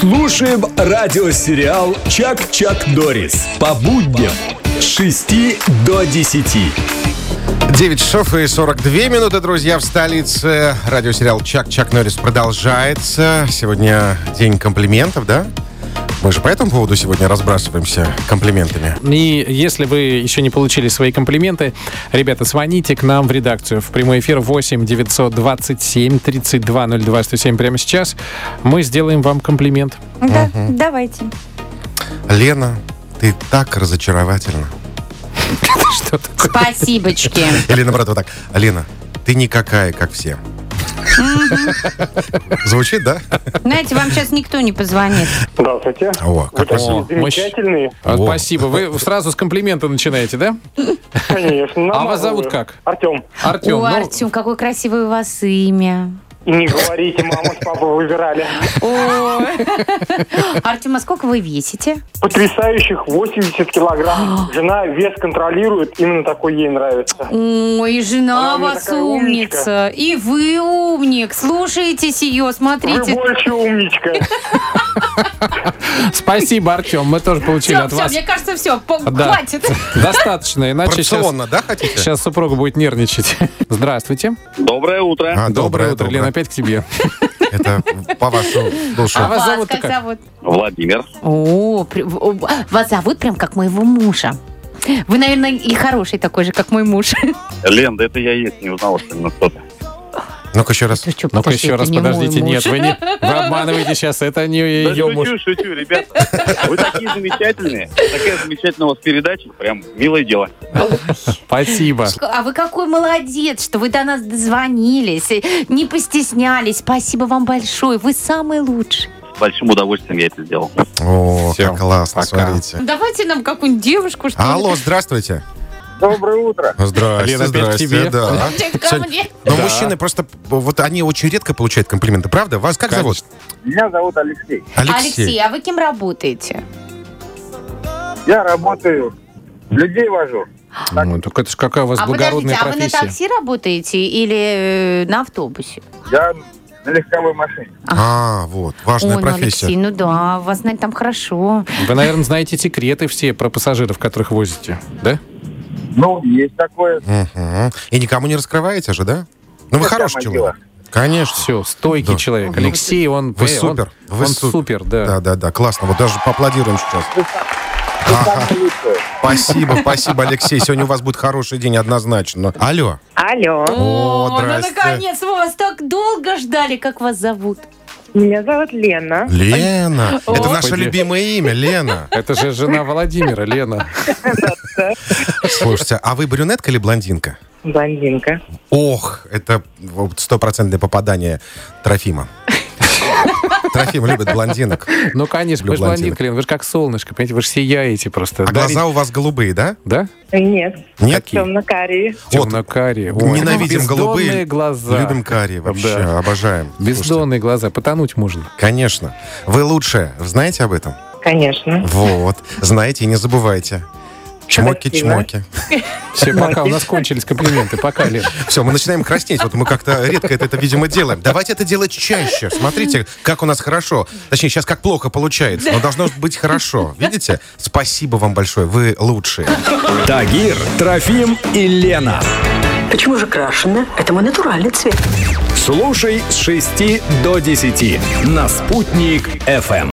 Слушаем радиосериал «Чак-Чак Норрис» по будням с 6 до 10. 9 часов и 42 минуты, друзья, в столице. Радиосериал «Чак-Чак Норрис» продолжается. Сегодня день комплиментов, да? Мы же по этому поводу сегодня разбрасываемся комплиментами. И если вы еще не получили свои комплименты, ребята, звоните к нам в редакцию. В прямой эфир 8 927 32 02 107 прямо сейчас. Мы сделаем вам комплимент. Да, давайте. Лена, ты так разочаровательна. Что такое? Спасибочки. Или наоборот вот так. Лена, ты никакая, как все. Звучит, да? Знаете, вам сейчас никто не позвонит. Здравствуйте. О, как Вы красиво. такие замечательные. А, Во. Спасибо. Вы сразу с комплимента начинаете, да? Конечно. А вас зовут как? Артем. Артем. О, ну, Артем, какое красивое у вас имя. И не говорите, мама с папой выбирали. О. Артем, а сколько вы весите? Потрясающих 80 килограмм. Жена вес контролирует, именно такой ей нравится. Ой, жена Она у меня вас такая умница. И вы умник. Слушайтесь ее, Вы смотрите. больше умничка. Спасибо, Артем. Мы тоже получили Все, от все, вас. мне кажется, все, Да. хватит. Достаточно, иначе сейчас, Порционно, да, хотите? сейчас супруга будет нервничать. Здравствуйте. Доброе утро. А, Доброе утро, Лена, опять к тебе. Это по вашу душу. А вас Вас зовут как зовут? Владимир. О, при- о, б- вас зовут прям как моего мужа. Вы, наверное, и хороший такой же, как мой муж. Лен, да это я есть, не узнал, что именно кто-то. Ну-ка еще раз. Ты что, Ну-ка подожди, еще это раз, не мой подождите. муж. Нет, вы, не, вы обманываете сейчас. Это не Да ее муж. шучу, шучу, ребят. Вы такие замечательные. Такая замечательная у вас передача. Прям милое дело. Спасибо. А вы какой молодец, что вы до нас дозвонились, и не постеснялись. Спасибо вам большое, вы самый лучший. С большим удовольствием я это сделал. О, Всё, как классно, пока. смотрите. Ну, Давайте нам какую-нибудь девушку, что Алло, здравствуйте. Доброе утро. Здрасте, Лена, опять к здрасте, тебе. да. Опять ко Сегодня- мне. Но Да. мужчины просто, вот они очень редко получают комплименты, правда? Вас как Конечно. зовут? Меня зовут Алексей. Алексей. а вы кем работаете? Я работаю, людей вожу. Ну, так это ж какая у вас а подождите, благородная а вы на профессия. такси работаете или э, на автобусе? Я на легковой машине. А, вот, важная Ой, ну, Алексей, профессия. ну да, вас знать там хорошо. Вы, наверное, знаете секреты все про пассажиров, которых возите, да? Ну, есть такое. Мгм. И никому не раскрываете же, да? Ну, вы Это хороший мое человек. Конечно. Все, стойкий Да. человек. Ну, Алексей, он... Вы э, он- супер. Он, вы супер, да. Да, да, да, классно. Вот даже поаплодируем сейчас. Ага. Спасибо, спасибо, Алексей. Сегодня у вас будет хороший день однозначно. Алло. Алло, О, ну здрасте. наконец, вы вас так долго ждали, как вас зовут. меня зовут Лена. Лена. Это Господи. наше любимое имя, Лена. Это же жена Владимира, Лена. Слушайте, а вы брюнетка или блондинка? Блондинка. Ох, это вот стопроцентное попадание Трофима. Трофим любит блондинок. А Ну, конечно, вы Люблю же блондинка, блондинок. Лена. Вы же как солнышко, понимаете? Вы же сияете просто. А Дарите- глаза у вас голубые, да? Да? Нет, Нет? темно-карие. Вот, Темно-карие. Ой, ну, Ненавидим голубые. Бездонные глаза. Любим карие вообще, Да. обожаем. Слушайте, Бездонные глаза. Потонуть можно. Конечно. Вы лучшие. Знаете об этом? Конечно. Вот. Знаете и не забывайте. Чмоки-чмоки. Все, пока. У нас кончились комплименты. Пока, Лена. Все, мы начинаем краснеть. Вот мы как-то редко это, это, видимо, делаем. Давайте это делать чаще. Смотрите, как у нас хорошо. Точнее, сейчас как плохо получается. Но должно быть хорошо. Видите? Спасибо вам большое. Вы лучшие. Тагир, Трофим и Лена. Почему же крашено? Это мой натуральный цвет. Слушай с 6 до 10 на «Спутник FM.